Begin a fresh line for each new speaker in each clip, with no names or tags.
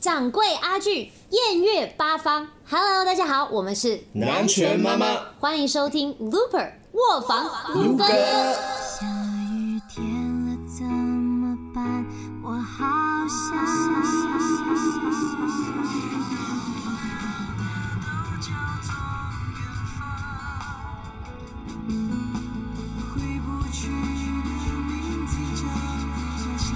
掌柜阿俊，艳月八方。Hello，大家好，我们是
南拳妈妈，
欢迎收听 Looper 卧房撸
哥
哥。
下雨天了怎么办？我好想。回不去的名字叫什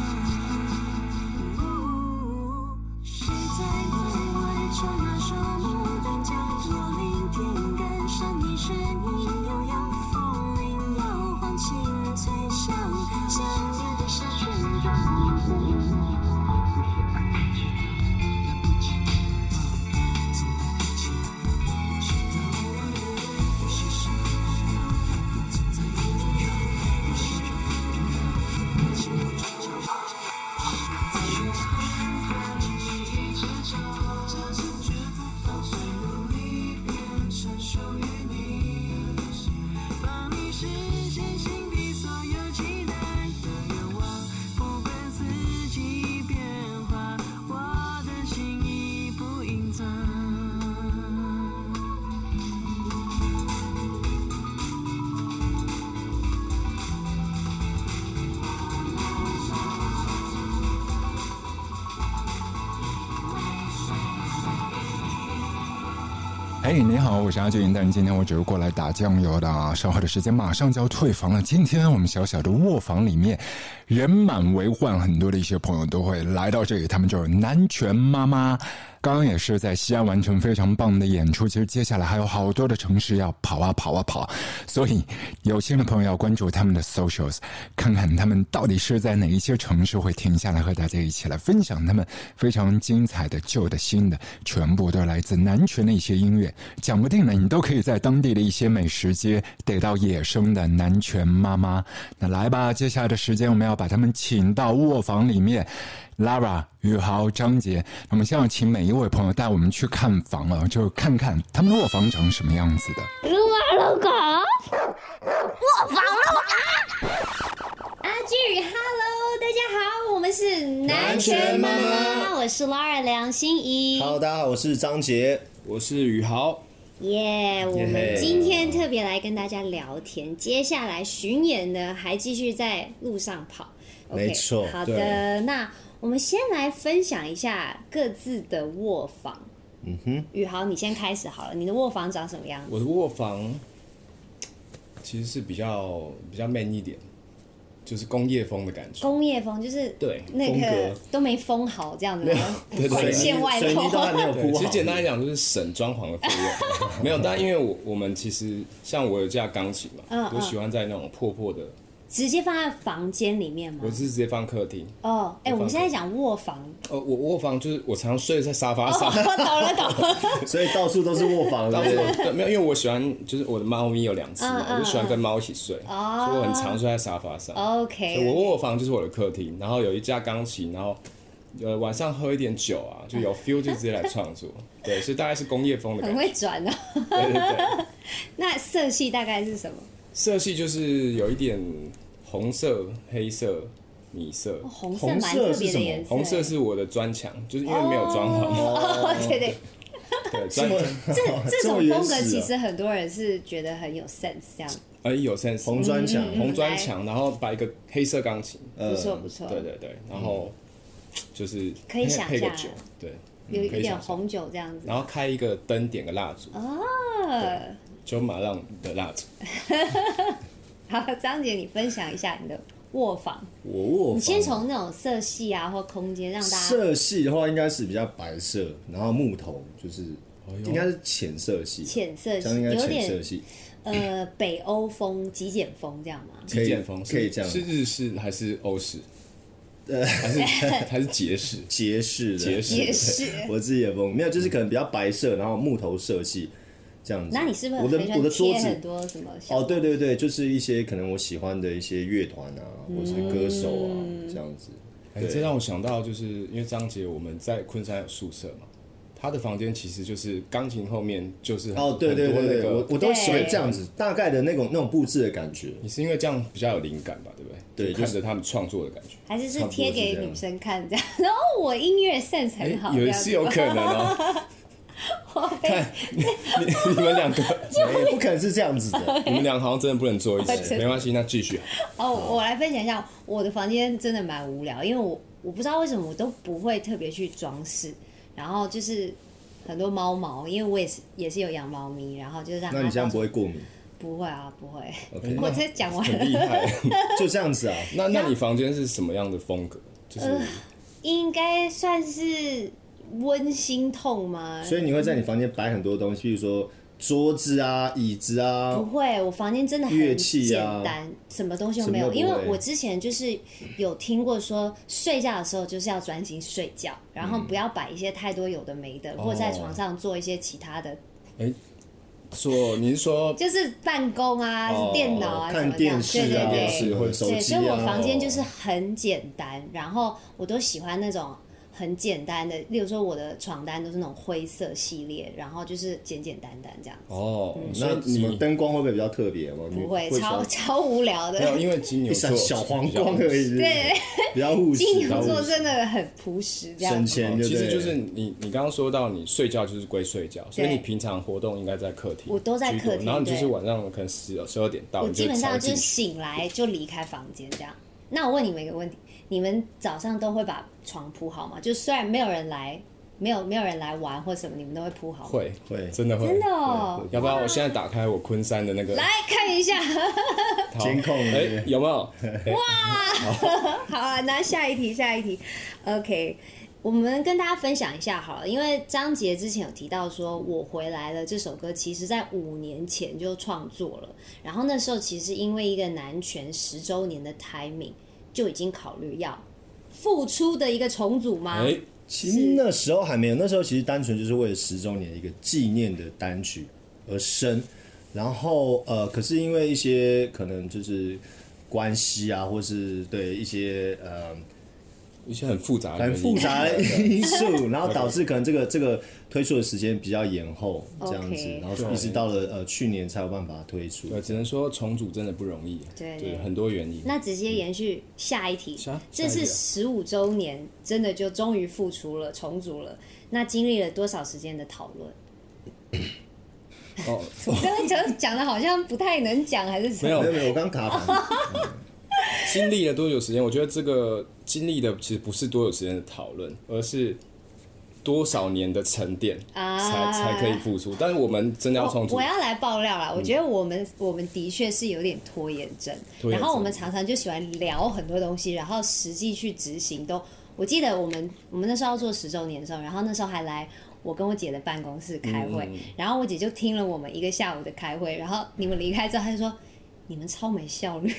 么？谁在门外唱那首《牡丹江》？我聆听感伤你声音悠扬，风铃摇晃清脆响，想念的沙圈中。
哎，你好，我是阿俊，但是今天我只是过来打酱油的啊。稍后的时间马上就要退房了，今天我们小小的卧房里面人满为患，很多的一些朋友都会来到这里，他们就是南拳妈妈。刚刚也是在西安完成非常棒的演出，其实接下来还有好多的城市要跑啊跑啊跑，所以有心的朋友要关注他们的 socials，看看他们到底是在哪一些城市会停下来和大家一起来分享他们非常精彩的旧的新的，全部都来自南拳的一些音乐。讲不定呢，你都可以在当地的一些美食街逮到野生的南拳妈妈。那来吧，接下来的时间我们要把他们请到卧房里面。Lara、宇豪、张杰，我们现在要请每一位朋友带我们去看房了，就是看看他们的卧房长什么样子的。
阿俊，Hello，大家好，我们是
南拳妈妈
我是 Laura 梁心怡。
Hello，大家好，我是张杰，我是宇豪。
耶我们
耶
今天特别来跟大家聊天。接下来巡演呢，还继续在路上跑。OK，
没错
好的，
对
那我们先来分享一下各自的卧房。
嗯哼，
宇豪，你先开始好了，你的卧房长什么样子？
我的卧房其实是比较比较 man 一点，就是工业风的感觉。
工业风就是
对
那个
风格
都没封好这样子吗？
对对
管线外
水泥都还
透。
没有
对，
铺
其
好
实。简单来讲就是省装潢的费 用，没有。但因为我我们其实像我有架钢琴
嗯
嘛，我喜欢在那种破破的，
直接放在房间里面吗
我？是直接放客厅。
哦，哎、我们现在讲卧房，
哦，我卧房就是我常常睡在沙发
哦，
上，
我懂了懂了，
所以到处都是卧房，对
但
不对
我对没有，因为我喜欢就是我的猫咪有两只嘛，
嗯嗯哦
我就喜欢跟猫一起睡，所以我很常睡在沙发上。所以
OK，
我卧房就是我的客厅，然后有一架钢琴，然后呃晚上喝一点酒啊，就 有 feel 就直接来创作。对，所以大概是工业风的
很
感
会
觉。
转哦。
对对对，
那色系大概是什么？
色系就是有一点红色、黑色、米色。
哦红色
红
蛮
色
特
是
别
什
的
么
颜色，
红色是我的专长，就是因为没有装潢，
哦， 对对，
对专
这
这这种
么原
风格
始
其
啊
实很多人是觉得很有 sense，这样
而哎有 sense 嗯
红砖墙，
红砖墙，然后摆一个黑色钢琴，
不
呃
错嗯不错，
对对对，然后就是
可以想
配个
象
酒，对，嗯
有一
可以
点
想象
红酒这样子
然后开一个灯，点个蜡烛，
哦。
就马浪的蜡烛。
好，张姐，你分享一下你的卧房，
我卧房。
你先从那种色系啊或空间让大家
色系的话，应该是比较白色，然后木头就是应该是浅色系，
浅色
这样
系，
应该
有
浅色
点
系，
呃北欧风、极简风这样吗？
可
极
以
简风
可以这样呃
是日式还是欧式？还是还是节式？
结实的
结实
也是，
我自己的风没有，就是可能比较白色，然后木头色系这样子。
那你是不是
我
很
的
喜
我
欢
的桌
贴
子
很多什么小？
哦，对对对，就是一些可能我喜欢的一些乐团啊，
嗯
或是歌手啊这样子。
哎，
对
这让我想到，就是因为张杰我们在昆山有宿舍嘛，他的房间其实就是钢琴后面就是
哦，对对
很多
对
那
对，
个
我我都喜欢
对
这样子，大概的那种那种布置的感觉。
你是因为这样比较有灵感吧，对不对？
对
就
就是
看着他们创作的感觉，
还是是
差不多
贴
是
给
这样
女生看这样， 然后我音乐 sense 很好，
哎有
这样子
是 有可能哦。看你 你你们两个，
也不可能是这样子的，
你们俩好像真的不能坐一
不
起，
能
没关系，那继续。啊
哦，我来分享一下，我的房间真的蛮无聊，因为我我不知道为什么我都不会特别去装饰，然后就是很多猫毛，因为我也是也是有养猫咪，然后就是让它
那你这样
到
不会过敏
不会啊，不会，
？OK，
我这讲完
很
了，
厉害。
就这样子啊。
那那你房间是什么样的风格？就是
呃应该算是温馨痛吗？
所以你会在你房间摆很多东西，比如说桌子啊、椅子啊
不，会，我房间真的
乐
很
器
简
啊
单，什么东西都没
什
有。
么都
因为
不会
我之前就是有听过说，睡觉的时候就是要专心睡觉，然
嗯
后不要摆一些太多有的没的，或者在
哦
床上做一些其他的，
说你是说
就是办公啊、
哦
电脑啊什
看
么这样。
电视
对对
啊、
电视
对，
或者
手
对，
机
所以我
啊。
房间就是很简单，然后我都喜欢那种。很简单的，例如说我的床单都是那种灰色系列，然后就是简简单单这样，
哦，所
那
以
什么
你
灯光会不会比较特别吗？你
不会
喜
超
欢
超无聊的。
没 有，因为金牛
一
座
闪小黄
哦
光而已，
对，
比较务实，
金
比较
牛
务
座
实
真的很朴实，这样
省
子。
钱就
哦其实
对
就是你，你刚刚说到你睡觉就是归睡觉，所以你平常活动应该在客厅居多，
我都在客厅
然后你就是
对
晚上可能十十二点到，
我
你
基
就
本
才
上
会
就是
进去。
醒来就离开房间这样。那我问你们一个问题：你们早上都会把床铺好吗？就虽然没有人来，没有没有人来玩或什么，你们都会铺好吗？
会
会
真的会
真的哦
会要不然我现在打开我昆山的那个
来 看一下，
套
监控
哎、
对
有没有？
好啊，那下一题，下一题，OK。我们跟大家分享一下好了，因为张杰之前有提到说《我回来了》这首歌，其实在五年前就创作了，然后那时候其实因为一个男权十周年的 timing，就已经考虑要复出的一个重组吗？
哎、
其实那时候还没有，那时候其实单纯就是为了十周年一个纪念的单曲而生，然后呃，可是因为一些可能就是关系啊，或是对一些呃
一些很复杂的原
很
因，
复杂的
对
因素，然后导致可能这个这个推出的时间比较延后这样子
OK，
然后一直到了呃去年才有办法推出。
对，只能说重组真的不容易，
对
对，很多原因。
那直接延续下一题，
下
这
下一
是
题啊
十五周年，真的就终于复出了，重组了。那经历了多少时间的讨论？
哦，
刚刚讲讲的好像不太能讲，还是什么？
没
没有
有
没有，我刚卡盘。
经历了多久时间？我觉得这个经历的其实不是多久时间的讨论，而是多少年的沉淀
啊
才才可以付出。但是哦我们真的要嗯重
我
组
哦我，要来爆料啦！我觉得我们、我们的确是有点拖延症，
拖延症
然后我们常常就喜欢聊很多东西，然后实际去执行都。我记得我们我们那时候要做十周年的时候，然后那时候还来我跟我姐的办公室开会，
嗯
然后我姐就听了我们一个下午的开会，然后你们离开之后，她就说你们超没效率。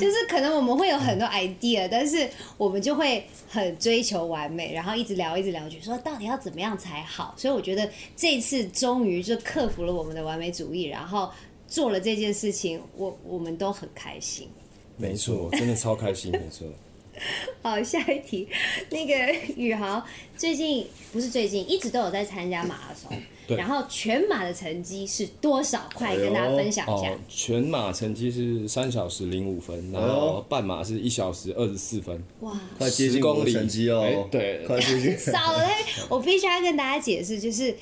就是可能我们会有很多 idea，但是我们就会很追求完美，然后一直聊一直聊，就说到底要怎么样才好。所以我觉得这次终于就克服了我们的完美主义，然后做了这件事情，我我们都很开心。
没错，真的超开心， 没错。
好，下一题，那个宇豪最近不是最近一直都有在参加马拉松，
对
然后全马的成绩是多少？快跟大家分享一下。
哦，全马成绩是三小时零五分，然后半马是一小时二十四分。
哇，
快接近我的成绩
哎
哦！
对
快接 近。
少了。 我必须要跟大家解释，就是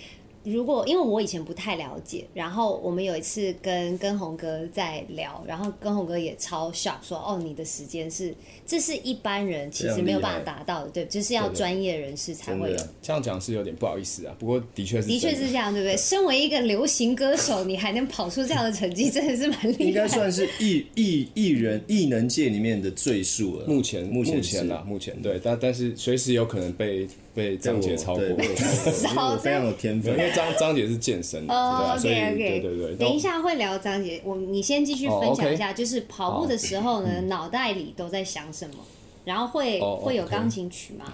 如果因为我以前不太了解，然后我们有一次跟跟红哥在聊，然后跟红哥也超 shock 说，哦，你的时间是这是一般人其实没有办法达到的，对，就是要专业人士才会有
真。的
这样讲是有点不好意思啊，不过的确是
的确
真
是这样，对不对？ 身为一个流行歌手，你还能跑出这样的成绩，真的是蛮厉害的。
应该算是 艺艺艺人艺能界里面的最数了。
目前
目
目
前
前
是
啦，目前对，但但是随时有可能被被
被
张
我
姐超过。
对 被我超 过因为我非常有天
对因为
分。
张张姐是健身的，对
哦
啊，
，OK，OK、
所以
o k
对
OK，
对哦对。
等一下会聊张姐，我你先继续分享一下，就是跑步的时候呢，脑袋里都在想什么，然后会、
嗯哦，OK
会有钢琴曲吗？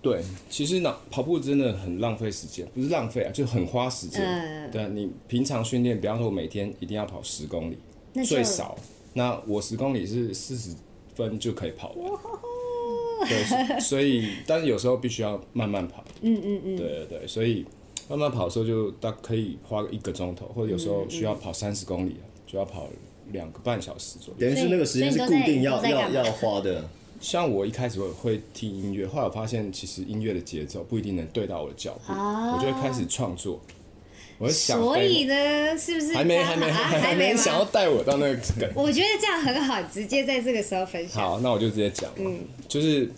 对，其实呢，跑步真的很浪费时间，不是浪费啊，就很花时间。
嗯
对啊，你平常训练，比方说，我每天一定要跑十公里，
那就
最少。那我十公里是四十分就可以跑完。对，所所以但是有时候必须要慢慢跑，
嗯嗯嗯，
对对对，所以慢慢跑的时候就大可以花个一个钟头，或者有时候需要跑三十公里啊，就要跑两个半小时左右。
等于是那个时间是固定要
所以你都在
要
你都在干嘛
要花的。
像我一开始我会听音乐，后来我发现其实音乐的节奏不一定能对到我的脚步，
啊
我就会开始创作。我会想，
所以呢，是不是
还没
刚好
还没
啊
还
还
没
没
想要
吗？
带我到那个梗。
我觉得这样很好，直接在这个时候分享。
好，那我就直接讲了，
嗯
就是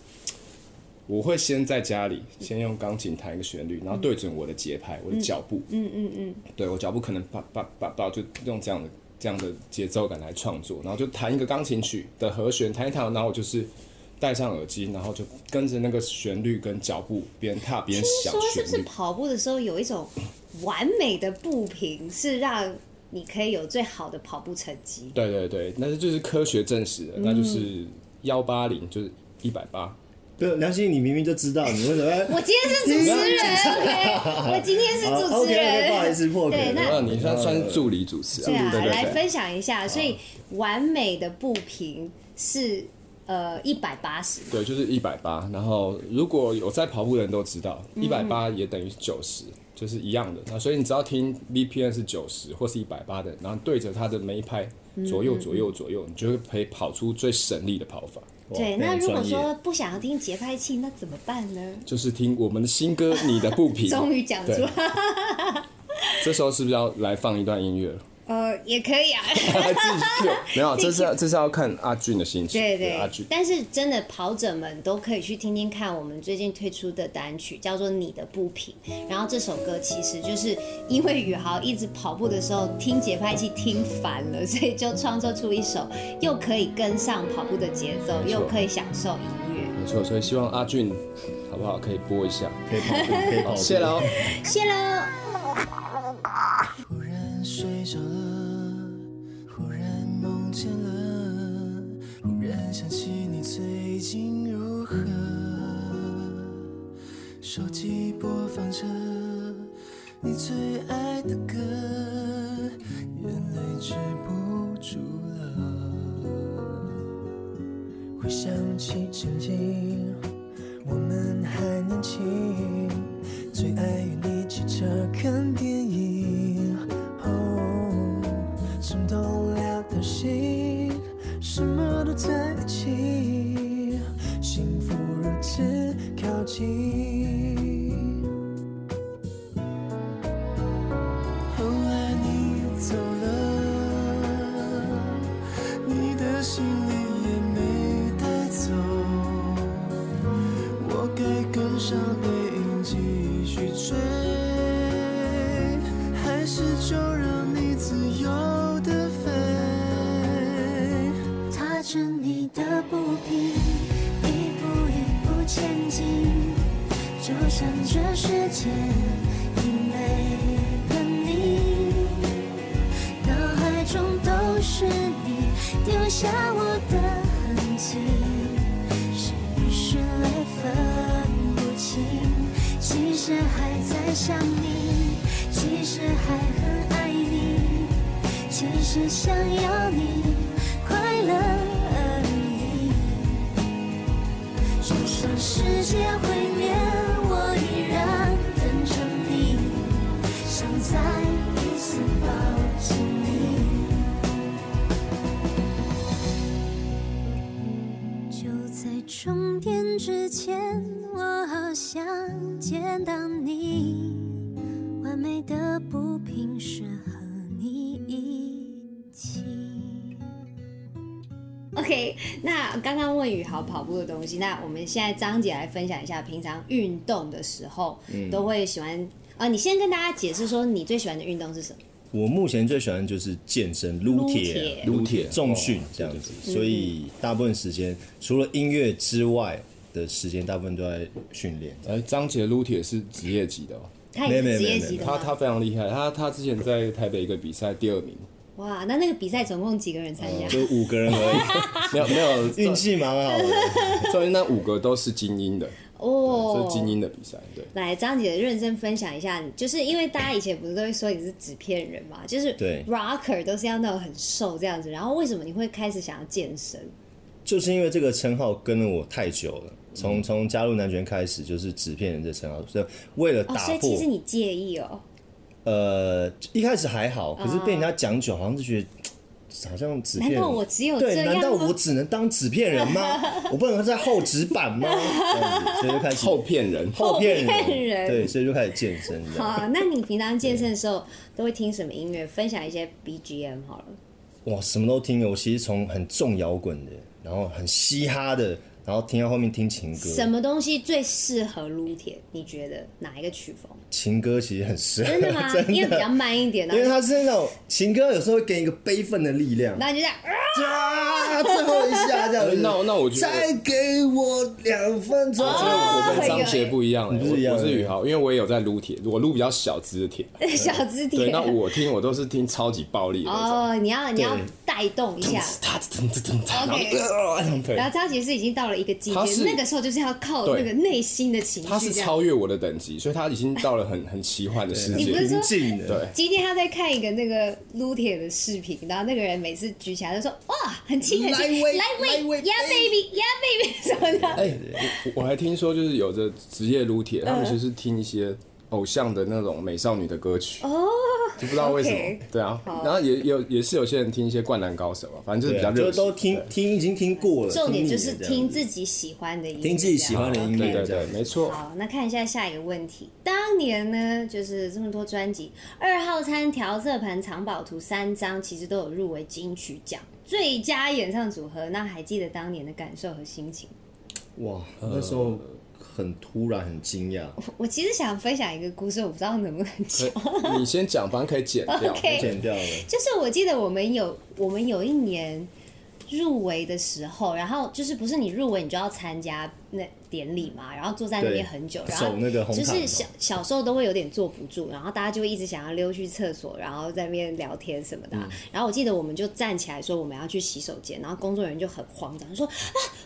我会先在家里先用钢琴弹一个旋律，然
嗯
后对准我的节拍，我的脚步，嗯嗯嗯，对我脚步可能叭叭叭叭，就用这样的这样的节奏感来创作，然后就弹一个钢琴曲的和弦，弹一弹，然后我就是。戴上耳机，然后就跟着那个旋律跟脚步边踏边
听
想
说是
旋
不是
律。
跑步的时候有一种完美的步频，是让你可以有最好的跑步成绩？
对对对，那是就是科学证实的，那
嗯
就是幺八零，就是一百八。
对，梁心，你明明就知道，你为什么哎要？
我今天是主持人，OK，我今天是主持
OK，
人，
不好意思破梗
对，那
那你算算是助理主持啊？
对啊，
对哦
来
对对。
分享一下，所以完美的步频是呃一百八十，
对，就是一百八。然后如果有在跑步的人都知道，
嗯
一百八也等于九十，就是一样的。那所以你只要听 BPM 是九十或是一百八的，然后对着它的每一拍
嗯
左右左右左右，你就会可以跑出最省力的跑法。
哇
对。
非常
那如果
专业
说不想要听节拍器，那怎么办呢？
就是听我们的新歌《你的不平》，
终于讲出
对
来，
这时候是不是要来放一段音乐了？
呃，也可 以啊。
自己 Q 没有，啊这是要这是要看阿俊的心情。
对
阿
对
俊，。
但是真的跑者们都可以去听听看我们最近推出的单曲，叫做《你的不平》。然后这首歌其实就是因为宇豪一直跑步的时候听节拍器听烦了，所以就创作出一首又可以跟上跑步的节奏，
没错
又可以享受音乐。
没错，所以希望阿俊好不好可以播一下。
可以跑步，可以跑
好，
步。
谢喽。
谢喽。
忽然睡着了，忽然梦见了，忽然想起你最近如何。手机播放着你最爱的歌，眼泪止不住了。回想起曾经。我们还年轻，最爱与你骑车看电影。哦，冲动聊到心，什么都在一起，幸福如此靠近。后来你走了，你的行李也没带走，我该跟上背影继续追，还是就让你自由的飞？
踏着你的步频，一步一步前进，就像这世界已没了你，脑海中都是你留下我的痕迹，是与是泪分不清。其实还在想你，其实还很爱你。只是想要你快乐而已。就算世界毁灭，我依然等着你，想再一次抱紧你。就在终点之前，我好想见到你。完美的不平是和你一起。
OK，那刚刚问宇豪跑步的东西，那我们现在张姐来分享一下，平常运动的时候、
嗯
都会喜欢。呃，你先跟大家解释说你最喜欢的运动是什么？
我目前最喜欢就是健身、撸铁、
撸铁哦
重训这样子，所以大部分时间除了音乐之外的时间，大部分都在训练。
哎，张杰撸铁是职业级的哦。
他也
没
是
没
职业
没
级的
他
吗？
他非常厉害，他他之前在台北一个比赛第二名，
哇，那那个比赛总共几个人参加？
就五个人而
啊
没有没有
已， 运气蛮好的。
赵云那五个都是精英的，
哦，
是精英的比赛，对。
来，张姐认真分享一下，就是因为大家以前不是都会说你是纸片人嘛，就是
对
rocker 都是要那种很瘦这样子，然后为什么你会开始想要健身？
就是因为这个称号跟了我太久了，从从加入男权开始，就是纸片人这称号，所以为了
哦，
打
所以
破
其实你介意哦，
呃，一开始还好，可是被人家讲久，好像就觉得。嘖好像纸片人，
难道我只有
对？
这样
难道
吗
我只能当纸片人 吗？我不能在厚纸板吗？这样子所以就开始
后骗人，。
厚片
厚片人
对，所以就开始健身这样。
好，那你平常健身的时候都会听什么音乐？分享一些 BGM 好了。
哇，什么都听，我其实从很重摇滚的，然后很嘻哈的，然后听到后面听情歌，
什么东西最适合撸铁？你觉得哪一个曲风？
情歌其实很适合，
真的 吗？因为比较慢一点，然
因为
后
它是那种情歌，有时候会给你一个悲愤的力量，
然后你就这样，啊
啊，最后一下这样子
那那我觉得啊
再给我两分钟。
所以我
哦
跟张杰不一样、欸，
不是一样
我我是宇豪，因为我也有在撸铁，我撸比较小只的铁。
小字铁。
对，那我听我都是听超级暴力的那种，
哦，你要你要
对
带动一下。
他噔噔噔噔，然后
OK
呃然后对
然后张杰是已经到了一个境
他
界，
是
那个时候就是要靠那
对
个内心的情绪。
他是
这样
超越我的等级，所以他已经到了很很奇幻的世
你不
界
是。说
平静的，
对，
今天他在看一个那个撸铁的视频，然后那个人每次举起来都说哇很轻很轻
Lightweight，
，lightweight，yeah
lightweight，
baby，yeah baby 什么的。
啊
哎，我我还听说就是有着职业撸铁，
嗯
他们就是听一些偶像的那种美少女的歌曲，
哦，
就不知道为什
OK
么。对啊，然后也也有也是有些人听一些灌篮高手啊，反正就
对
是比较
啊，就
热
是
血。
都听听已经听过了。
重点就是
听腻
听
了这样
自己喜欢的音乐，
听自己喜欢的音
对
乐
对
这
对
样，
没错。
好，那看一下下一个问题。当年呢，就是这么多专辑，二号餐、调色盘、藏宝图三张，其实都有入围金曲奖最佳演唱组合。那还记得当年的感受和心情？
哇，那时候很突然，很惊讶。
我其实想分享一个故事，我不知道能不能讲。
可以你先讲，反正可以剪掉。
OK
剪掉了，
就是我记得我们有我们有一年入围的时候，然后就是不是你入围你就要参加那典礼嘛，然后坐在那边
嗯对
很久，然后
守那个红
就
毯
是
嘛。
小小时候都会有点坐不住，然后大家就会一直想要溜去厕所，然后在那边聊天什么的啊、
嗯
然后我记得我们就站起来说我们要去洗手间，然后工作人员就很慌张说啊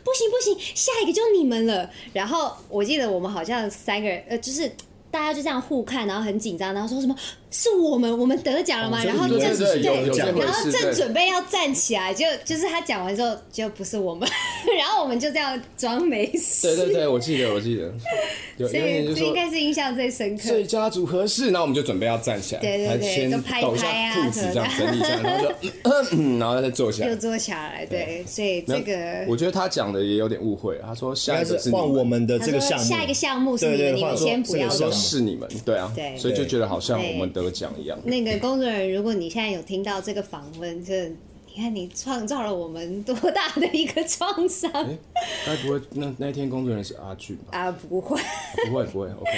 不行不行，下一个就你们了。然后我记得我们好像三个人呃就是。大家就这样互看，然后很紧张，然后说什么是我们，我们得奖了吗？
哦
然后
对
正
对
这
对，有有
这
这
样
回
然后
事。
正
对。
准备要站起来，就就是他讲完之后就不是我们， 然后我们就这样装没事。
对对对，我记得 我记得，有有
所
人
以
就
这应
说
该是印象最深刻。
最佳组合是，然后我们就准备要站起来，
对对对
还先
都拍一
抖一
拍啊
下裤子
什么的
这样整理一下， 然后就嗯嗯嗯，然后再坐下
又
来。
坐下来，对，所以
没
这
有
个
我觉得他讲的也有点误会，他说
应
下
该
一个
是
你
换我们的
他
这个
说
项目，
下一个项目是
对
你
对
们，你们
换
先不
这个
要
我
项
说
目
动。
是你们，对啊，
对
所以就觉得好像
对
我们得奖一样。
那个工作人员，如果你现在有听到这个访问，这你看你创造了我们多大的一个创伤
哎，该不会那那天工作人员是阿俊吧？
啊！不会，
不会不会，OK。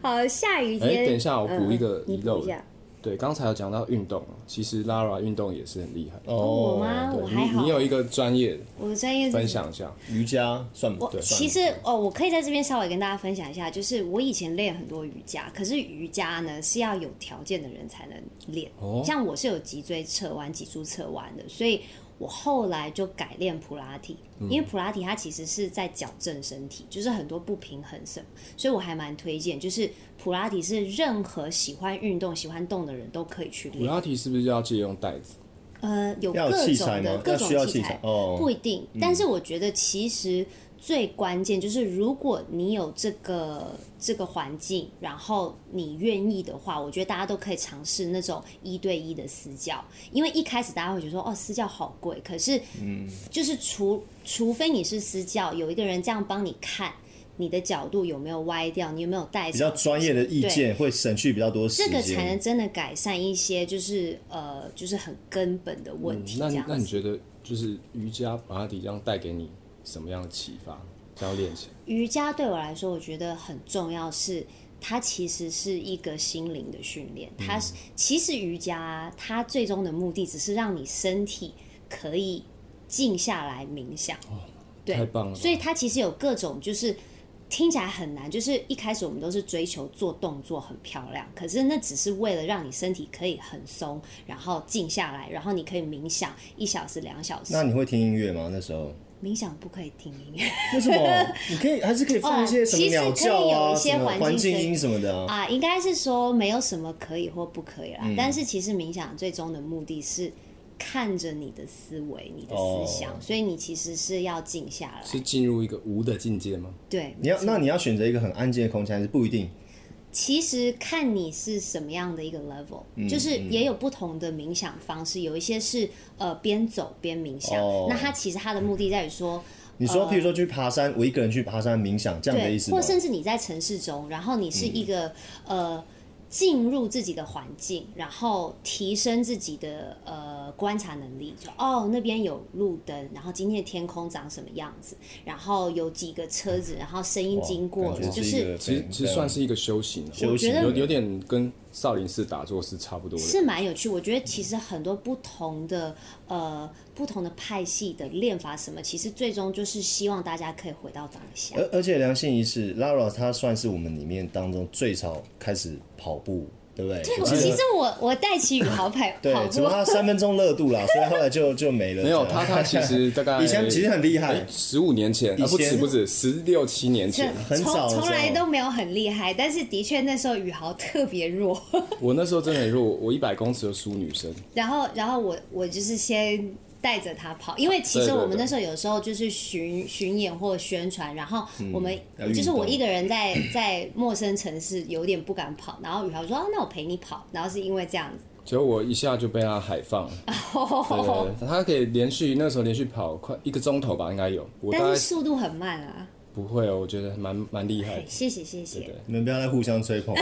好，下雨天，
哎，等一下，我补一个
嗯
遗
你补
漏
一
的
下。。
对，刚才有讲到运动，其实 Lara 运动也是很厉害。
哦，我吗？我还
你
好啊
你。有一个专业的
我的专业是
分享一下，
瑜伽算不
我
对，
其实哦，我可以在这边稍微跟大家分享一下，就是我以前练很多瑜伽，可是瑜伽呢是要有条件的人才能练。
哦
像我是有脊椎侧弯、脊柱侧弯的，所以我后来就改练普拉提，
嗯
因为普拉提它其实是在矫正身体，就是很多不平衡什么，所以我还蛮推荐，就是普拉提是任何喜欢运动、喜欢动的人都可以去
普
练。
拉提是不是要借用袋子？
呃，有
要有
各
器材
种的
吗
各
要
种
需要
器
器
材
材，哦
不一定。但是我觉得其实最关键就是，如果你有这个这个环境，然后你愿意的话，我觉得大家都可以尝试那种一对一的私教，因为一开始大家会觉得说，哦，私教好贵，可是，嗯，就是除除非你是私教，有一个人这样帮你看。你的角度有没有歪掉？你有没有带
比较专业的意见会省去比较多时
这
间。
个才能真的改善一些，就是呃，就是很根本的问题。
嗯那
这样
那你
子。
觉得就是瑜伽普拉提这样带给你什么样的启发？教练前，
瑜伽对我来说，我觉得很重要是。它其实是一个心灵的训练，它
嗯
是其实瑜伽它最终的目的只是让你身体可以静下来冥想，对，
哦太棒了吧
所以它其实有各种就是听起来很难，就是一开始我们都是追求做动作很漂亮，可是那只是为了让你身体可以很松，然后静下来，然后你可以冥想一小时、两小时
那。你会听音乐吗？那时候
冥想不可以听音乐。
为什么？你可以还是可以放一些什么鸟叫
哦
啊，
其实可以有一些
什么
环
环
境
境音什么的啊。
啊，应
嗯
该是说没有什么可以或不可以啦。但是其实冥想最终的目的是看着你的思维、你的
哦
思想，所以你其实是要静下来。
是进入一个无的境界吗？
对，
你要那你要选择一个很安静的空间，还是不一定？
其实看你是什么样的一个 level，、就是
嗯
也有不同的冥想方式，有一些是呃边走边冥想，
哦
那它其实它的目的在于说。
你说，譬如说去爬山，我一个人去爬山冥想这样的嗯
对
意，思吗
或？甚至你在城市中，然后你是一个、呃进入自己的环境，然后提升自己的呃观察能力，就哦那边有路灯，然后今天的天空长什么样子，然后有几个车子，然后声音
嗯哇
经过，
感觉
就是
一个
是
其实
对
其实算是一个修行啊，
修
行
有有点跟少林寺打坐是差不多的。
嗯是蛮有趣。我觉得其实很多不同的呃不同的派系的练法什么，其实最终就是希望大家可以回到当下。
而而且良性仪式，Lara 她算是我们里面当中最早开始跑步，对不对？我记得
其实我我带起宇豪跑跑
对，只不
步，
过她三分钟热度啦，所以后来就就没了。
没有
这样
他，他其实大概
以前其实很厉害，
哎十五年前，啊、
以
不
前
止不止十六七年前，
很
从
早的时候
从来都没有很厉害，但是的确那时候宇豪特别弱。
我那时候真的很弱，我一百公尺的输女生，
然后，然后我我就是先带着他跑，因为其实
对对
我们那时候有时候就是巡巡演或宣传，然后
嗯
我们、
要运动
就是我一个人在在陌生城市有点不敢跑，然后宇豪说、啊那我陪你跑，然后是因为这样子，
结果我一下就被他海放 了。对对对，他可以连续那时候连续跑快一个钟头吧，应该有。我大
但
概
是速度很慢啊。
不会哦，我觉得蛮蛮厉害
哎
的。
谢谢谢谢。
对
你们不要再互相 吹捧。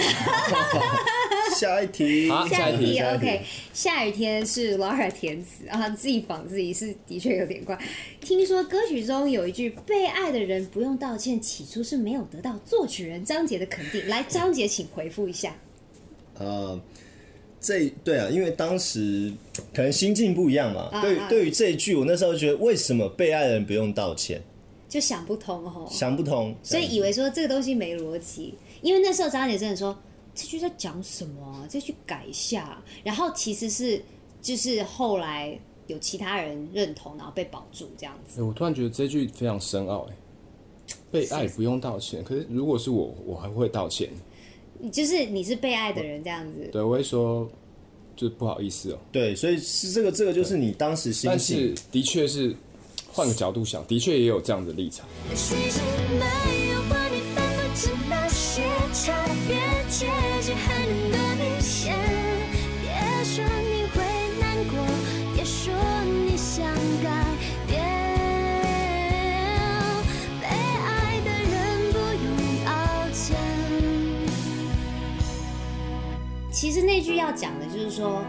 下一题，
好
下一题
下一题
，OK，下雨天是 Laura 填词啊，自己仿自己是的确有点怪。听说歌曲中有一句“被爱的人不用道歉”，起初是没有得到作曲人张杰的肯定。来，张杰，请回复一下。
呃，这对啊，因为当时可能心境不一样嘛。
啊
对，
啊
对于这一句，我那时候觉得为什么被爱的人不用道歉，
就想不通哦，
想不通。
所以以为说这个东西没逻辑，因为那时候张姐真的说这句在讲什么啊、这句改一下，然后其实是就是后来有其他人认同，然后被保住这样子。
哎我突然觉得这句非常深奥哎。被爱不用道歉，可是如果是我，我还会道歉。
你就是你是被爱的人这样子，
对，我会说，就不好意思哦。
对，所以是这个，这个就是你当时心
但
境
是。的确是，换个角度想，的确也有这样的立场。
也许是没有把你分分成那些差别，接近寒冷的底线。别说你会难过，别说你想改变。被爱的人不用道歉。
其实那句要讲的就是说，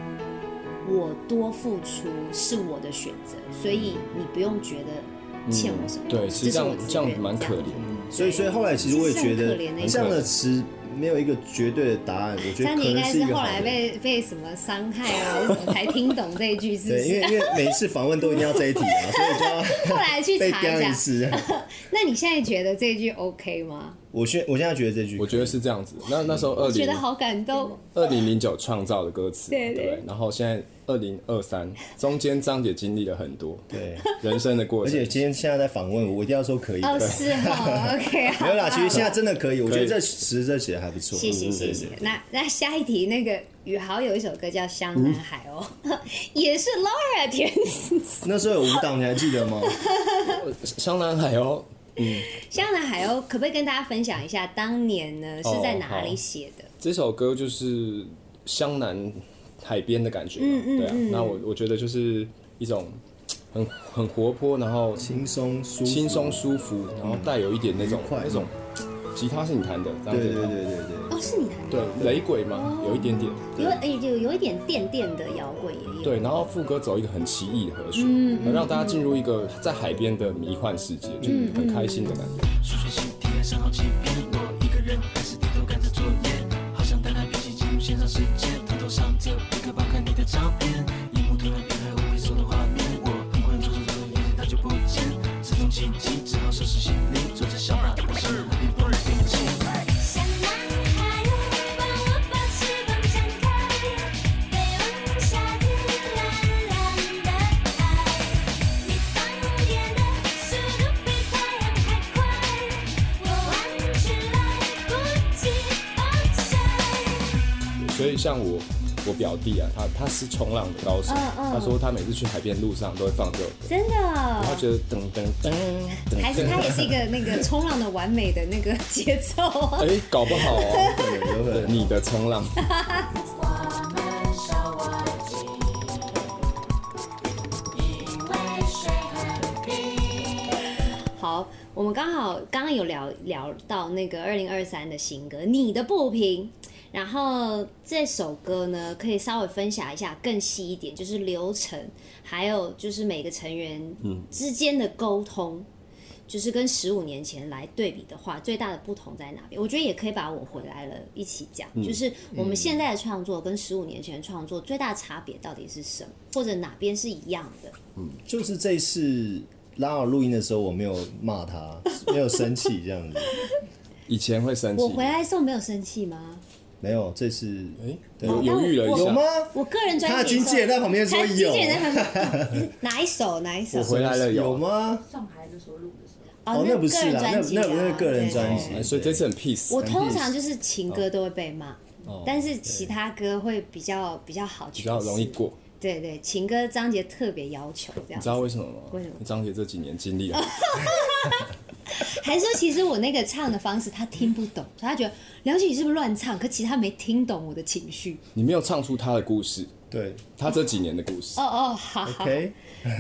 我多付出是我的选择，所以你不用觉得欠我什么。
对，
这是
其实这
我
样
自愿
这样蛮可怜
这样
的。
所以，所以后来其实我也觉
这是
得
很可怜的一个
这样的词没有一个绝对的答案，我觉得
三
可
你应
能
该
是一
是
个
后
好
来
的。
被被什么伤害 啊，我怎么才听懂这一句，是不
对，因为
是？
因为每一次访问都一定要这一题啊，所以就要
后来 去
被
查一
刁一
下，
次。
那你现在觉得这句 OK 吗？
我现我现在觉得这句，
我觉得是这样子。那那时候二
觉
零
得好感 动，
二零零九创造的歌词，
对
对
对
不对？然后现在二零二三，中间张姐经历了很 多
对，
人生的过
而
程，
且今天现在在访问我，我一定要说可以的。
哦，是 哦，OK，好
没有啦，其实现在嗯真的可以，我觉得这词这写的还不错。
谢谢谢谢。那那下一题，那个宇豪有一首歌叫《香南海》哦， 也是 Laura 填词。
那时候有舞蹈，你还记 得吗？
香南海哦，
香南海鸥可不可以跟大家分享一下，当年呢
哦
是在哪里写的？
这首歌就是湘南海边的感觉嘛，
嗯
对啊。那我我觉得就是一种很很活泼，然后
轻松舒服，
轻松舒服，然后带有一点那种
愉快
那种吉他是你弹的，张
对
姐
对对
弹
对
的
对
哦，是你弹的，
对雷鬼嘛，
哦
有一点点，
有哎有有一点电电的摇滚也有。
对，然后副歌走一个很奇异的和弦，
嗯
能让大家进入一个在海边的迷幻世界，就很
嗯
开心的感觉。
数学习题还剩好几遍，我一个人还是低头赶着作业，好想带来笔记进入线上世界，偷偷上着一个包看你的照片，荧幕突然变黑我回收的画面，我很快做着做着眼睛它就不见，自动奇迹只好收拾行李，坐着小马的身旁边不能平静。
像男孩哦，帮我把翅膀展开，飞往夏天蓝蓝的海。你放电的速度比太阳还快，我玩起来不及防晒。
所以像我我表弟啊，他他是冲浪的高手，
嗯嗯
他说他每次去海边路上都会放这首歌，
真的。
他觉得噔噔噔噔，
还是他也是一个那个冲浪的完美的那个节奏啊、
哎、搞不好 哦，
有可
对
能
你的冲浪，
我们手握紧，因为水很冰。
好，我们刚好刚刚有聊聊到那个二零二三的新歌《你的不平》，然后这首歌呢，可以稍微分享一下更细一点，就是流程，还有就是每个成员之间的沟通。就是跟十五年前来对比的话，最大的不同在哪边？我觉得也可以把我回来了一起讲，就是我们现在的创作跟十五年前的创作最大差别到底是什么，或者哪边是一样的？
就是这一次拉尔录音的时候，我没有骂他， 没有生气这样子，
以前会生气
我，回来的时候没有生气吗？
没有。这次
哎、
对
我犹豫了一
哦我
下，
有吗？
我个人专业
他的经纪人在旁边说
经
有
纪，人在旁边哪一首哪一首？
我回来了有
有吗？
上海那时候录的时候，
哦，
那不
个
是
人
啦，那
专辑啊
那不是个人专哦辑
对对对
哎所以这次很 peace，
我通常就是情歌都会被骂，
哦
但是其他歌会比较比较好，
比较容易。过，
对对，情歌张杰特别要求这样
你知。道为什么吗？
为什么
张杰这几年经历啊，
还说其实我那个唱的方式他听不懂，所以他觉得了解你是不是乱唱，可其实他没听懂我的情绪。
你没有唱出他的故事，
对
他这几年的故事
哦，哦，好好。
，OK，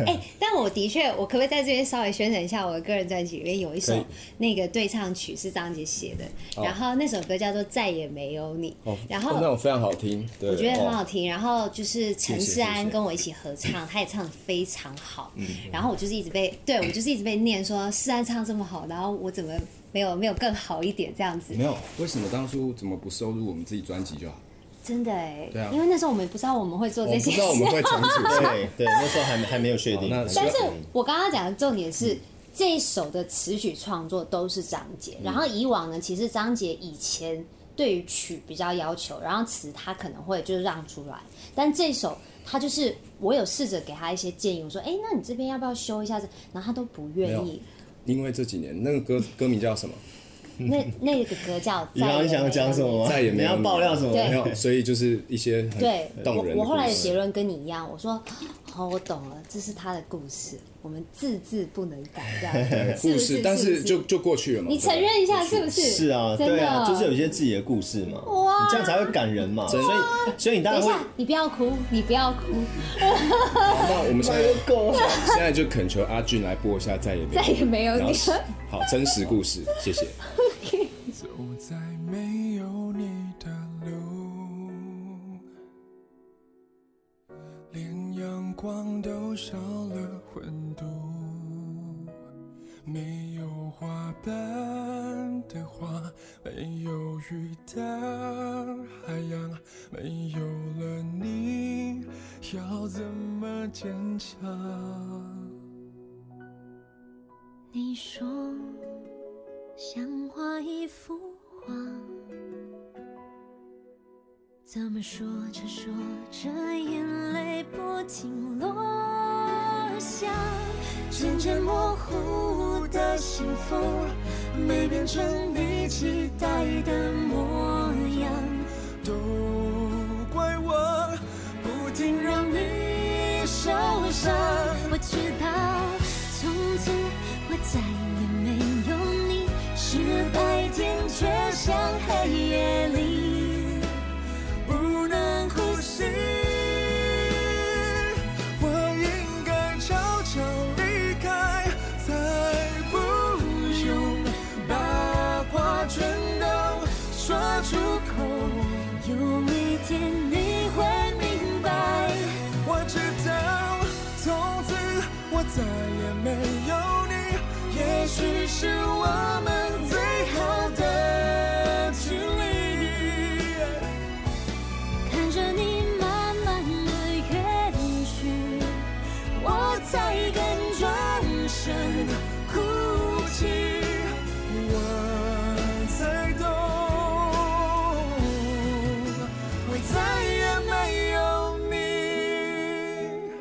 哎、但我的确，我可不可以在这边稍微宣传一下我的个人专辑里面有一
可
首
以
那个对唱曲是张杰写的，然后那首歌叫做《再也没有你》，
哦，
然
哦那
后
种非常好听，对，
我觉得很
哦
好听，然后就是陈
谢谢
世安
谢谢
跟我一起合唱，他也唱的非常好，
嗯
然后我就是一直被对我就是一直被念说世安唱这么好，然后我怎么没有没有更好一点这样子
没，有，为什么当初怎么不收入我们自己专辑就好？
真的哎、
对啊
因为那时候我们不知道我们会做
我
这
们不
些
知道我
事
们，会重组，
对对，那时候还没还没有确定，
好那
还没有
是
但是
确定
我刚刚讲的重点是。这一首的词曲创作都是张杰，然后以往呢，其实张杰以前对于曲比较要求，然后词他可能会就是让出来，但这首他就是我有试着给他一些建议，我说，哎，那你这边要不要修一下子？然后他都不愿意。
因为这几年那个歌歌名叫 什么？
那那个歌叫《
你刚
再也
刚想要
没有
讲什
你
么吗？
再也没
你
有
要爆料什么？
对
没有，所以就是一些很
对
动人
我，我后来的
故事
结论跟你一样，我说好，我懂了，这是他的故事，我们字字不能改，这样是
故
不
事，
是？
但
是不
是就就过去了嘛。
你承
对吧
认一下，是不是？
是啊，
真
对
的，
啊，就是有一些自己的故事嘛，
哇
你这样才会感人嘛，所以所以你当
等
然
一
会
下，你不要哭，你不要哭，
好那我们现在
狗，
现在就恳求阿俊来播一下，再也 没有
再也没有
然后
你。
是好真实故事，谢谢。
走在没有你的路，连阳光都少了温度。没有花瓣的花，没有雨的海洋，没有了你，要怎么坚强？
你说像画一幅画，怎么说着说着眼泪不停落下，渐渐模糊的幸福没变成你期待的模样，
都怪我不停让你受伤。
我知道从此我再也没有你，是白天却像黑夜里。
不能呼吸。我应该悄悄离开，才不用把话全都说出口。
有一天你会明白，
我知道，从此我再也没有你，也许是我们最好的距离。
看着你慢慢的远去，我才敢转身哭泣。
我才懂，我再也没有你。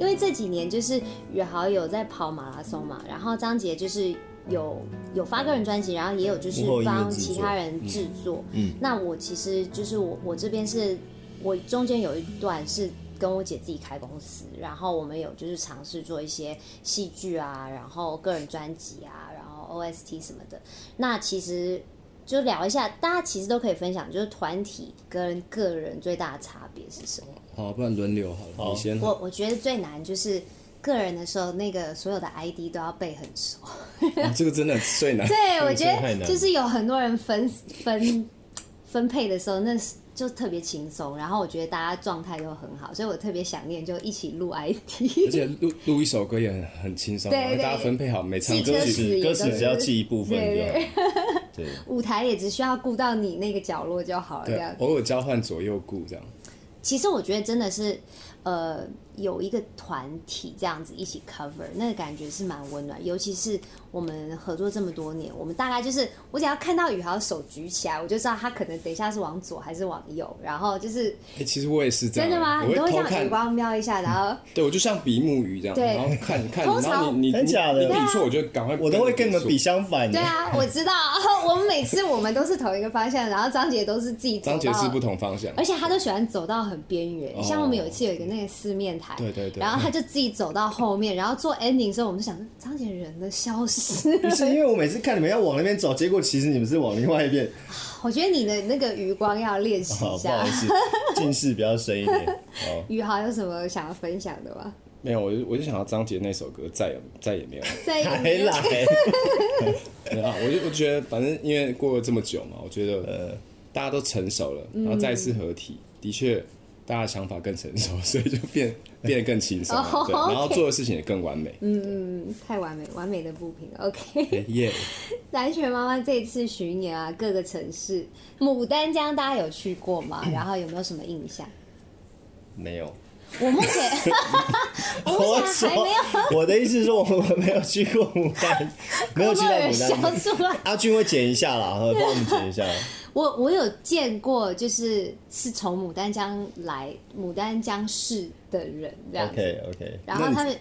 因为这几年就是宇豪有在跑马拉松嘛，然后张杰就是有有发个人专辑，然后也有就是
幕后音乐
帮
制作
其他人制作。
嗯嗯
那我其实就是我我这边是我中间有一段是跟我姐自己开公司，然后我们有就是尝试做一些戏剧啊，然后个人专辑啊，然后 OST 什么的。那其实就聊一下，大家其实都可以分享，就是团体跟个人最大的差别是什么？
好，不然轮流好了，
好
你先。
我我觉得最难就是个人的时候，那个所有的 ID 都要背很熟。
啊这个真的最 难。
对，我觉
真的太难
得
了
就是有很多人分分分配的时候，那是就特别轻松。然后我觉得大家状态都很好，所以我特别想念就一起录 ID
而。且录录一首歌也很很轻松，
对
然后
对
大家分配好，每唱
记
歌
歌
曲
词也
歌
都
词
是
只要记一部分就好。对，
舞台也只需要顾到你那个角落就好了，这
对
样，
偶尔交换左右顾这样。
其实我觉得真的是，呃，有一个团体这样子一起 cover，那个感觉是蛮温暖。尤其是我们合作这么多年，我们大概就是，我只要看到宇豪手举起来，我就知道他可能等一下是往左还是往右。然后就是
哎，其实我也是这样，
真的吗？
我
你都会这
偷
样眼
看，
光瞄一下，然后
对我就像比目鱼这样，
对
然后 看看，
通
然后
常
你你
真
你
假的
你比错，我就赶快，
我都会跟你们比
错。
相反的
对。啊，我知道， 我们每次我们都是同一个方向，然后张杰都是自己走
张
到，
杰是不同方向，
而且他都喜欢走到很边缘。
哦
像我们有一次有一个那个四面台，
对对对
然后他就自己走到后面，然后做 ending 的时候，我们就想说张杰人呢消 失。
不是因为我每次看你们要往那边走，结果其实你们是往另外一边。
我觉得你的那个余光要练习
好，
一
哦不
下
好哦意。思，近视比较深 一点。好，
宇豪有什么想要分享的吗？
没有，我就我就想要张杰那首歌再也再也没有了。
在
还来？
对啊，我就我觉得，反正因为过了这么久嘛，我觉得呃，大家都成熟了，然后再一次合体，的确，大家的想法更成熟， 所以就变变得更轻松了，
哦
对，然后
OK
做的事情也更完美。
嗯，太完美，完美的不平。OK，
哎耶！
蓝雪妈妈这次巡演啊，各个城市，牡丹江大家有去过吗？
嗯
然后有没有什么印象？
没有。
我目 前 我目前还没有，
我的意思是说，我们没有去过牡 丹，没有去到
人
牡丹。
笑出来。
阿俊会剪一下啦，呵帮我们剪 一下。
我我有见过，就是是从牡丹江来牡丹江市的人这样子
OK OK。
然后他 们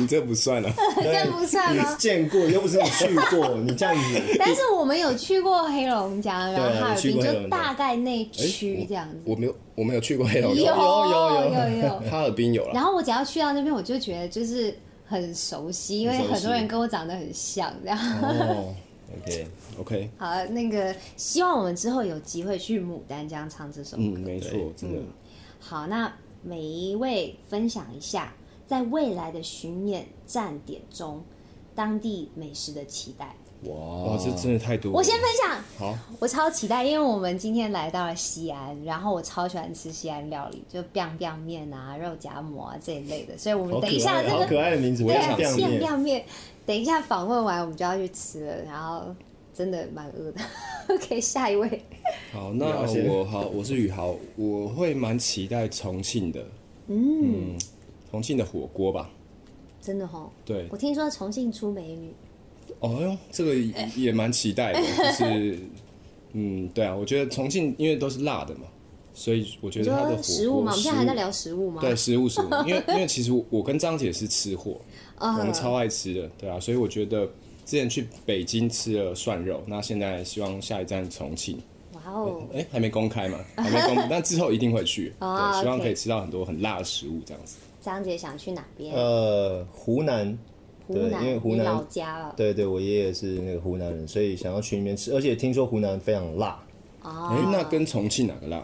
你这不算了，
这不算吗
你见过又不是你去过，你这样子。
但是我们有去过黑龙江，然
对
后
啊
哈尔
有去
滨，
过黑
就
龙江
大概那
哎
区
我
这样子。
我没有，我没有去过黑龙
有
江，
有有
有 有
哈尔滨有
然
了，
后我只要去到那边，我就觉得就是很熟悉，因为
很熟悉
很多人跟我长得很像，这样。
哦，OK，
，OK，
好，那个希望我们之后有机会去牡丹江唱这首歌。
嗯，没错，真的，
好，那每一位分享一下，在未来的巡演站点中，当地美食的期待。
哇，这真的太多了。
我先分享，
好，
我超期待，因为我们今天来到了西安，然后我超喜欢吃西安料理，就 biang biang 面啊、肉夹馍啊这一类的，所以我们
好可
等一下
爱，
这
好可
个
爱的名字，我
对
也
啊
想
，biang
变面。
biang 面，等一下访问完我们就要去吃了，然后真的蛮饿的。OK，下一位，
好，那
了解
我好，我是宇豪，我会蛮期待重庆的，嗯，重庆的火锅吧，
真的哦吼，
对
我，听说重庆出美女，
哦哟，这个也
哎
也蛮 期待的，就是，嗯，对啊，我觉得重庆因为都是辣的嘛，所以我觉
你
得它
说
的火锅
食物嘛，我们现在还在聊
食
食物
物
吗？
对，食物食物，因为因为其实我我跟张姐是吃货，
嗯
我们超爱吃的，对啊，所以我觉得之前去北京吃了涮肉，那现在希望下一站重庆，
哇 哦，
哎，还没公开 嘛，还没公布，但之后一定会去，
哦
对，希望
OK
可以吃到很多很辣的食物这样子。
张姐想去哪边？
呃，湖南，
湖
对
南，
因为湖
你
南
老家了。
对对，我爷爷是那个湖南人，所以想要去那边吃，而且听说湖南非常辣，
哦
哎，那跟重庆哪个辣？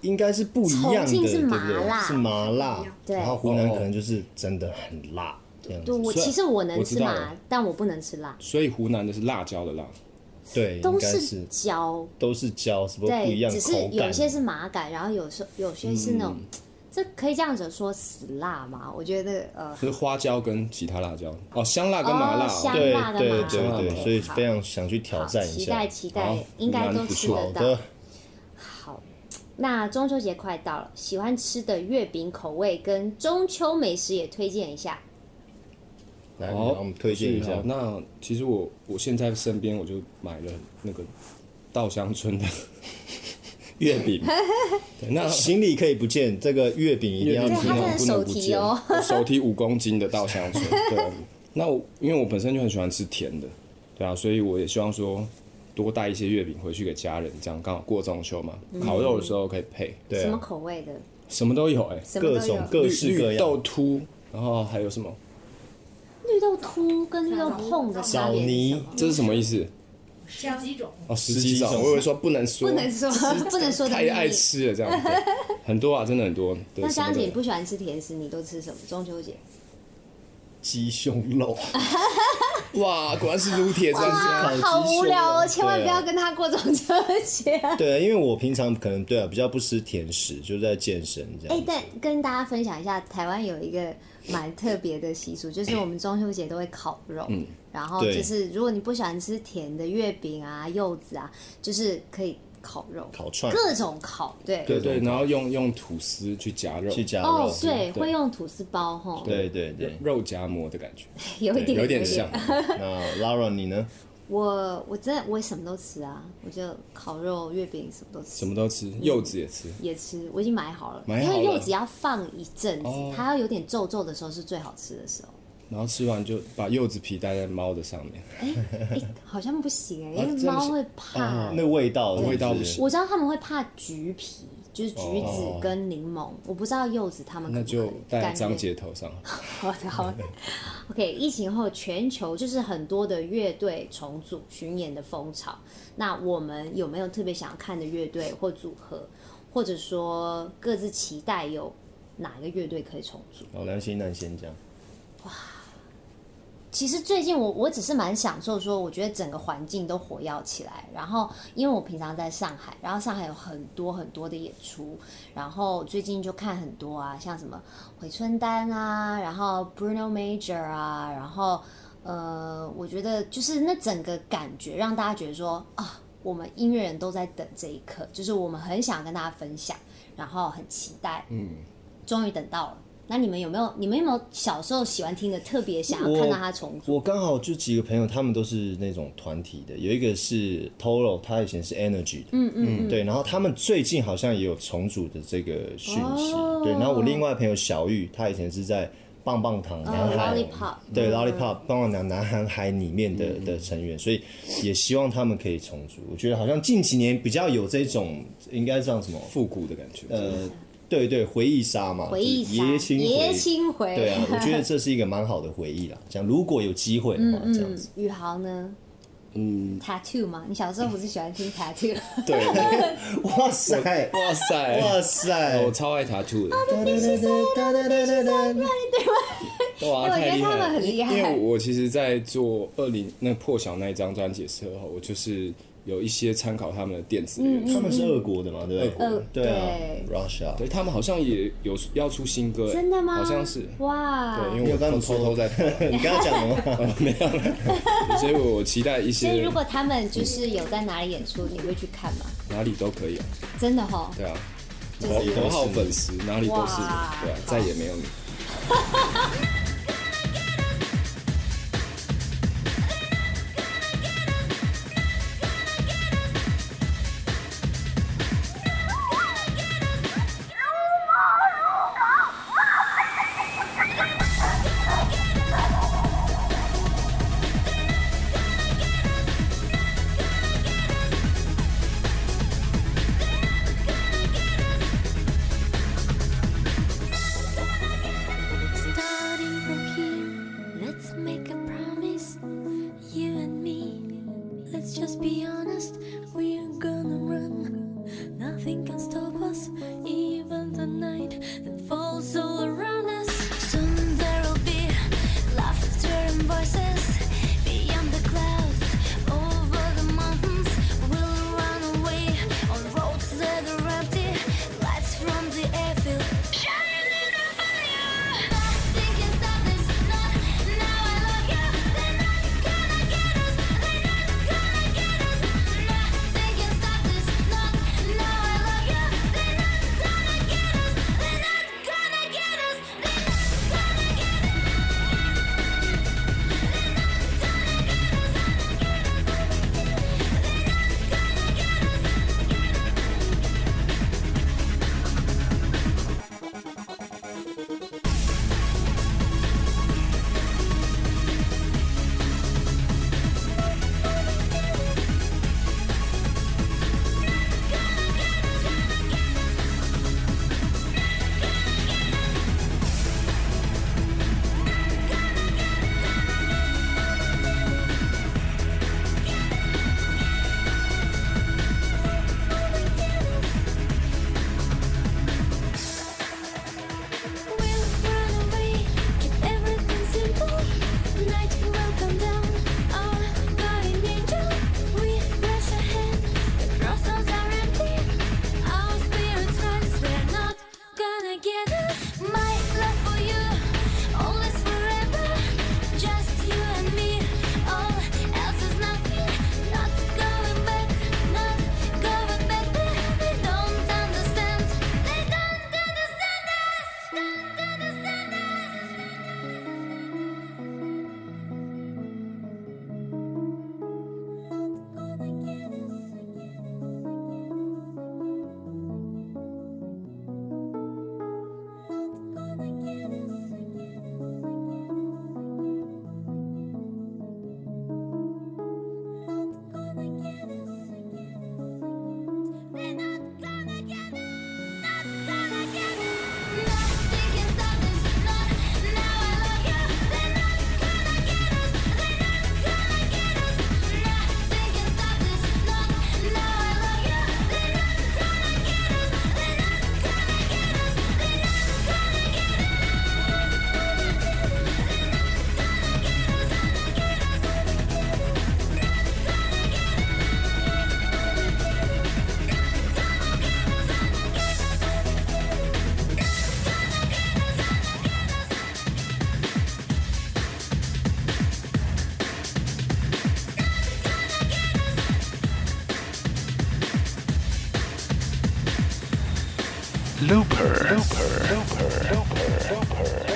应该是不一
重
样的，
庆是
对不
麻
对？
辣
是麻辣，
对
然后湖南可能就是真的很辣这样
对，
子，
我
虽然
其实我能
我
吃
知道
麻
了，
但我不能吃辣，
所以湖南的是辣椒的辣，
对，应
都
该
是
是
椒。
都是椒，什么不一
对，
样
只
口
是有
感。嗯
些是麻感，然后有时候有些是那种，这可以这样子说死辣吗？我觉得呃，
就是花椒跟其他辣椒哦，香辣跟麻辣
哦香
对
对
辣的
对
麻
对
辣
对，
的
所以
好
非常想去挑
好
战一
期
下哦
待。期待
好，
应该都
蛮不
吃
错
得
好
到
的。，
好，那中秋节快到了，喜欢吃的月饼口味跟中秋美食也推荐一下。
来，然后我们推荐一
是
下
好。那其实我我现在身边我就买了那个稻 香村的月饼，对，那
行李可以不见，这个月饼一定要
月
对
饼
提
他真
供
的。手提哦，
我手提五公斤的稻香村。对，那我因为我本身就很喜欢吃甜的，对啊，所以我也希望说多带一些月饼回去给家人，这样刚好过中秋嘛，
嗯
烤肉的时候可以配，
对
什么
啊，
口味的？
什么都有哎、
什么
各
都有
种。各式
绿
各
绿豆
样，
凸，然后还有什么？
绿豆凸跟绿豆碰的差别是什 么？
这是什么意思？
像几种，
哦，十几
几
种，
种
我以为说不能说，
不能说不能说的秘
太
密。
爱吃了这样，对很多啊，真的很多。对
那香姐你
什么
不喜欢吃甜食，你都吃什么？中秋节
鸡胸肉，
都有哇，果然是撸铁这样子啊。
烤鸡
好无
胸
聊哦，
肉
千万
对
不
啊
要跟他过中秋节。
对，因为我平常可能对啊比较不吃甜食，就在健身这
哎、
样。
但跟大家分享一下，台湾有一个蛮特别的习俗，就是我们中秋节都会烤肉，然后
嗯对
就是如果你不喜欢吃甜的月饼啊、柚子啊，就是可以烤肉，
烤串
各种烤，对，
对对，然后用用吐司去夹肉，
去夹肉，
哦，对，
对
会用吐司包吼，
对对对。
肉夹馍的感觉，
有一
对
点
有点像。
那 Lara 你 呢？
我我真的我什么都吃啊，我就烤肉、月饼什么都吃，
什么都吃，柚子也吃。
也吃，我已经买好了，
买
因
好了
为柚子要放一阵子，
哦
它要有点皱皱的时候是最好吃的时 候。
然后吃完就把柚子皮戴在猫的上面，
哎、好像不行哎、
啊
因为
真的
猫
是
会怕。
哦
那味道是是，
啊味道不行
我知道他们会怕橘皮，就是橘子跟柠檬，我不知道柚子他们可
哦那
不可
就
以
戴
甘
张
愿
杰头上。
好的，好的。OK，疫情后全球就是很多的乐队重组巡演的风潮。那我们有没有特别想看的乐队或组合，或者说各自期待有哪个乐队可以重组？
好，梁心南先讲。
其实最近我我只是蛮享受说，我觉得整个环境都活跃起来。然后因为我平常在上海，然后上海有很多很多的演出，然后最近就看很多啊，像什么回春丹啊，然后 Bruno Major 啊，然后呃，我觉得就是那整个感觉让大家觉得说啊，我们音乐人都在等这一刻，就是我们很想跟大家分享，然后很期待，嗯，终于等到了。那你们有没有？你们有没有小时候喜欢听的，特别想要
我
看到它重组？
我刚好就几个朋友，他们都是那种团体的，有一个是 Toro，他以哦前是 Energy 的，嗯嗯，对，然后他们最近好像也有重组的这个讯息，
哦
对，然后我另外朋友小玉，他以前是在棒棒糖男孩、
哦 Lollipop
对 Lollipop 棒棒糖男孩里面的
嗯
的成员，所以也希望他们可以重组。我觉得好像近几年比较有这种，应该像什么，
复古的感觉。
呃，对对，回忆杀嘛，
回忆
就是
杀，
爷青回
爷青回，
对啊，我觉得这是一个蛮好的回忆啦。讲如果有机会的话，这样
嗯
子，，
宇豪呢
嗯，
？Tattoo 吗？你小时候不是喜欢听 Tattoo？
对，
哇塞，
哇塞，
哇塞
我，哦超爱 tattoo 的，
哒哒哒哒哒哒
哇，太
哦我觉
厉
得他
害
们
了！
很厉害
因为我其实，在做二零那破晓那一张专辑的时候，我就是有一些参考他们的电子
嗯
乐，
他们是俄国的嘛，对不对？
俄国
对啊
对
，Russia。
对他们好像也有要出新歌，哎
真的吗？
好像是，
哇，
对，因
你
为
有
我
跟他
偷
们
偷偷
偷
在，
你刚刚讲了吗？
所以我期待一
所以
些
如果他们就是有在哪里演出，你会去看吗？
哪里都可以啊，
真的哦哈，
对啊，
哪里都是
头号粉丝哪里都是你
哇，
对啊，再也没有你。
Starting
Looper Looper Looper Looper。